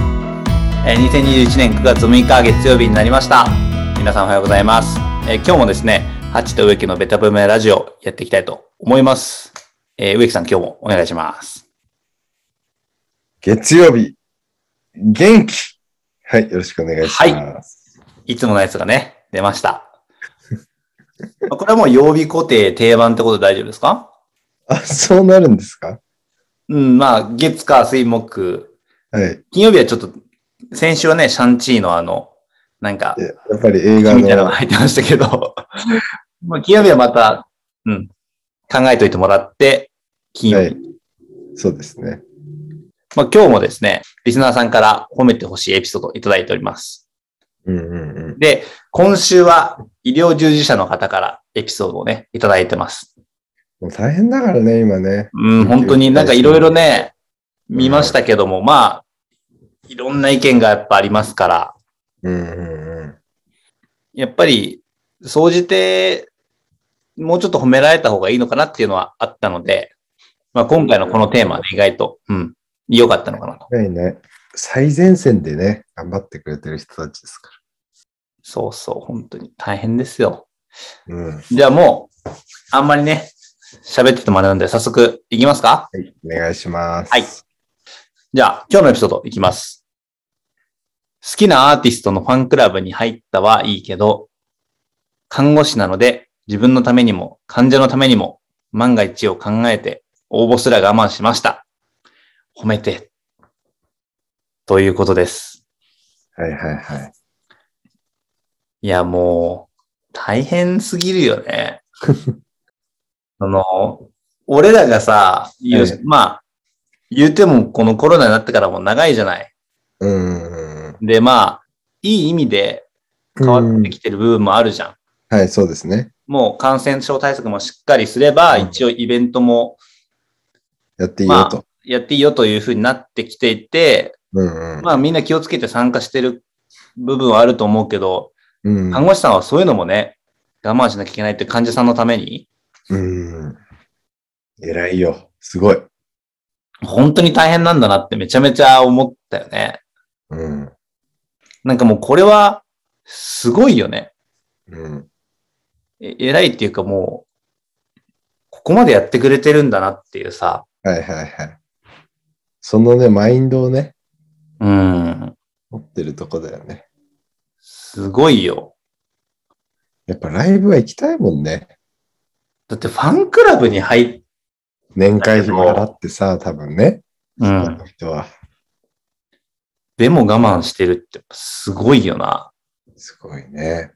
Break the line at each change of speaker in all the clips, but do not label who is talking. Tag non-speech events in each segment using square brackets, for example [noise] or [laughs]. えー2021年9月6日月曜日になりました。皆さんおはようございます。えー今日もですね、ハチと植木のベタブメラジオやっていきたいと思います。えー植木さん今日もお願いします。
月曜日、元気はい、よろしくお願いします。
いつものやつがね、出ました。まあこれはもう曜日固定定番ってことで大丈夫ですか
あ、そうなるんですか
うん、まあ、月、火、水、木。
はい。
金曜日はちょっと、先週はね、シャンチーのあの、なんか、
えやっぱり映画
みたいなの
の
が、入ってましたけど、 [laughs] まあ、金曜日はまた、うん、考えといてもらって、金曜日。
はいそうですね。
まあ、今日もですね、リスナーさんから褒めてほしいエピソードをいただいております。
うんうんうん。
で、今週は医療従事者の方からエピソードをね、いただいてます。
もう大変だからね、今ね。
うん、本当になんかいろいろね、見ましたけども、まあ、いろんな意見がやっぱありますから、
うんうんうん。
やっぱり、総じて、もうちょっと褒められた方がいいのかなっていうのはあったので、まあ、今回のこのテーマはね意外と、うん、良かったのかなと。
はいね。最前線でね、頑張ってくれてる人たちですか
そうそう、本当に大変ですよ。
ら。うん。は
じゃあもう、あんまりね、喋っててもあれなんで、早速いきますか
い、お願いします。
はい。じゃあ、今日のエピソードいきます。好きなアーティストのファンクラブに入ったはいいけど、看護師なので自分のためにも患者のためにも万が一を考えて応募すら我慢しました。褒めて。ということです。
はいはいはい。
いや、もう、大変すぎるよね。その、俺らがさ、言う
ええ
まあ、言うてもこのコロナになってからも長いじゃない。
うんうんうん。
で、まあ、いい意味で変わってきてる部分もあるじゃん。
うんはい、そうですね。
もう感染症対策もしっかりすれば、
うん
一応イベントも
やっていいよと。
やっていいよというふうになってきていて、
うんうん。
まあみんな気をつけて参加してる部分はあると思うけど、
うん
看護師さんはそういうのもね、我慢しなきゃいけないって患者さんのために、
うん。偉いよ。すごい。
本当に大変なんだなってめちゃめちゃ思ったよね。
うん。
なんかもうこれは、すごいよね。
うん。
え偉いっていうかもう、ここまでやってくれてるんだなっていうさ、
はいはいはい。そのね、マインドをね、
うん、
持ってるとこだよね。
すごいよ。
やっぱライブは行きたいもんね。
だってファンクラブに入っ、
年会費払ってさ、多分ね。
うん
この人は。
でも我慢してるってすごいよな。
すごいね。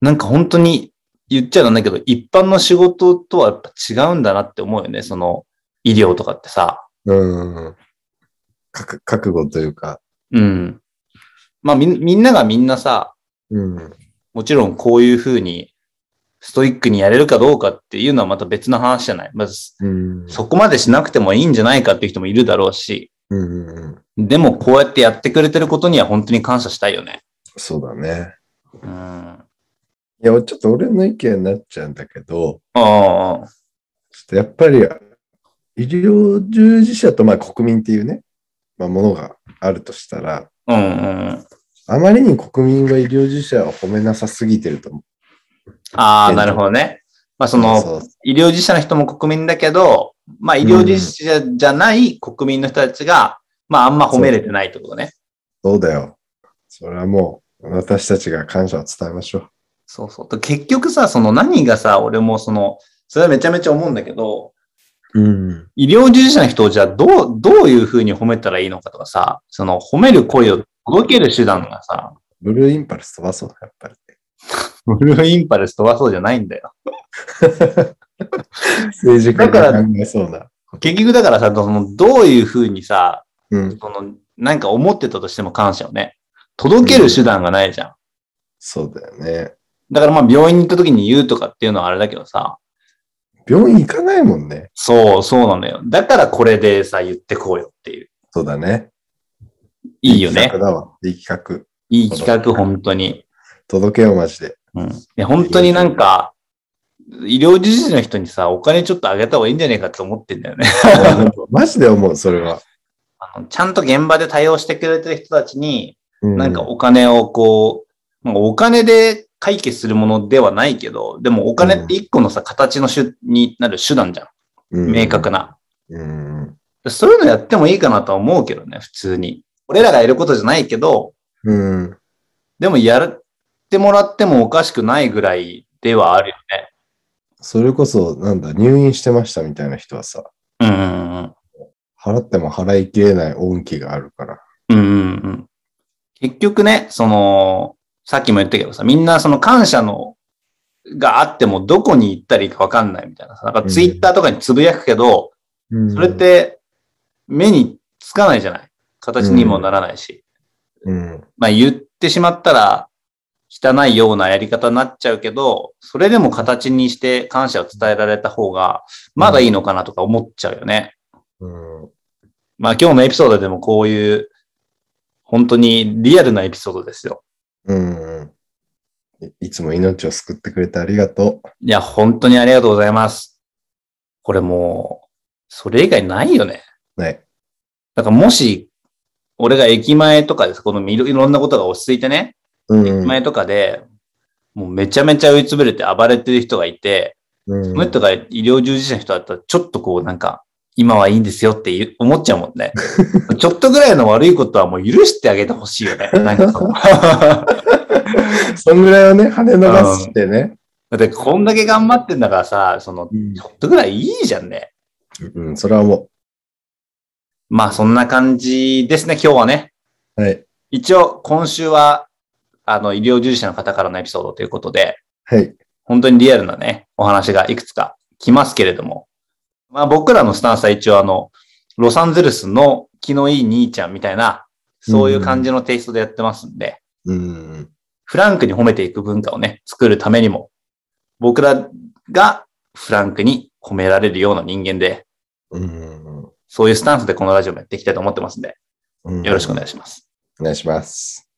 なんか本当に言っちゃなんだけど、一般の仕事とはやっぱ違うんだなって思うよね。その医療とかってさ。
うん。覚覚悟というか。
うん。まあみん、みんながみんなさ、
うん。
もちろんこういうふうにストイックにやれるかどうかっていうのはまた別の話じゃない。まず、
うん。
そこまでしなくてもいいんじゃないかっていう人もいるだろうし、
うんうんうん。
でもこうやってやってくれてることには本当に感謝したいよね。
そうだね。
うん。あ
いや、ちょっと俺の意見になっちゃうんだけど、
あ、
ちょっとやっぱり医療従事者とまあ国民っていうね、まあ、ものがあるとしたら、
うんうん。
あまりに国民は医療従事者を褒めなさすぎてると思う。
ああ、なるほどね。まあその、
そう
医療従事者の人も国民だけど、まあ医療従事者じゃない国民の人たちが、まああんま褒めれてないってことね。
そうだよ。それはもう、私たちが感謝を伝えましょう。
そうそうと結局さ、その何がさ、俺もその、それはめちゃめちゃ思うんだけど、
うん。
医療従事者の人をじゃあどう、どういうふうに褒めたらいいのかとかさ、その褒める声を届ける手段が [laughs] さ、
ブルーインパルス飛ばそう、やっぱり。
ブルーインパルス飛ばそうじゃないんだよ。
政治家
だから
が考えそうな。
結局だからさ、そのどういうふうにさ、
うん。
その、なんか思ってたとしても感謝をね、届ける手段がないじゃん。
そうだよね。
だからまあ病院に行った時に言うとかっていうのはあれだけどさ、
病院行かないもんね。
そう、そうなのよ。だからこれでさ、言ってこうよっていう。
そうだね。
いいよ
企
ね
画。だわ。いい企画。
いい企画、本当に。
届けよう、マ
[laughs]
ジで。
うん。いや、本当になんか、医療従事者の人にさ、お金ちょっとあげた方がいいんじゃねえかって思ってんだよね。
マジで思う、それは。
[laughs] あちゃんと現場で対応してくれてる人たちに、
うん
なんかお金をこう、なんかお金で解決するものではないけど、でもお金って一個のさ、形の手になる手段じゃん。明確。な。
うんうん
そういうのやってもいいかなとは思うけどね、普通に。俺らがやることじゃないけど、
うん。
でもやってもらってもおかしくないぐらいではあるよね。
それこそ、なんだ、入院してましたみたいな人はさ、
うんうん
払っても払いきれない恩義があるから。
うん。うんうんうん。結局ね、その、さっきも言ったけどさ、みんなその感謝の、があってもどこに行ったらいいかわかんないみたいなさ、なんかツイッターとかにつぶやくけど、それっ、て目につかないじゃない形にもならないし。
うん。
まあ言ってしまったら汚いようなやり方になっちゃうけど、それでも形にして感謝を伝えられた方がまだいいのかなとか思っちゃうよね。
うん。
まあ今日のエピソードでもこういう本当にリアルなエピソードですよ。
うん。いいつも命を救ってくれてありがと
いや、本当にありがとうございます。これもう、それ以外ないよね。
う。ね。
だからもし、俺が駅前とかです、このいろいろんなことが落ち着いてね、
うん。
前とかで、もうめちゃめちゃ追い詰めれて暴れてる人がいて、
うん
その人が医療従事者の人だったら、ちょっとこうなんか、今はいいんですよって言う思っちゃうもん
[laughs]
ね。ちょっとぐらいの悪いことはもう許してあげてほしい
[laughs]
よね。なんかその [laughs] だ
そんぐらいをね、跳ね伸ばしてね。
ってこんだけ頑張ってんだからさ、その、
うん
ちょっとぐらいいいじゃんね。
うん、それはも
まあそんな感じですね、今日はね。
う。はい。
一応今週は、あの、医療従事者の方からのエピソードということで、
はい。
本当にリアルなね、お話がいくつか来ますけれども。まあ僕らのスタンスは一応あの、ロサンゼルスの気のいい兄ちゃんみたいな、そういう感じのテイストでやってますんで、
うん。
フランクに褒めていく文化をね、作るためにも、僕らがフランクに褒められるような人間で、
うん。
そういうスタンスでこのラジオもやっていきたいと思ってますんで、
うん
よろしくお願いします。
お願いします。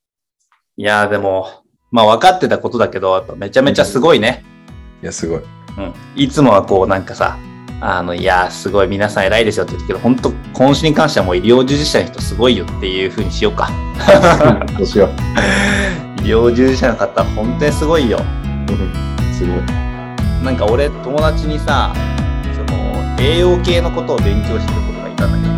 いやーでも、まあ分かってたことだけど、やっぱめちゃめちゃすごいね。
いや、すごい。 [laughs]
うん、いつもはこうなんかさ、あの、いやー、すごい、皆さん偉いですよって言うけど、本当今週に関してはもう医療従事者の人すごいよっていう風にしようか。
どうしよう。
医療従事者の方、本当にすごいよ。
うんすごい。
なんか俺、友達にさ、その、栄養系のことを勉強してることがいたんだけど、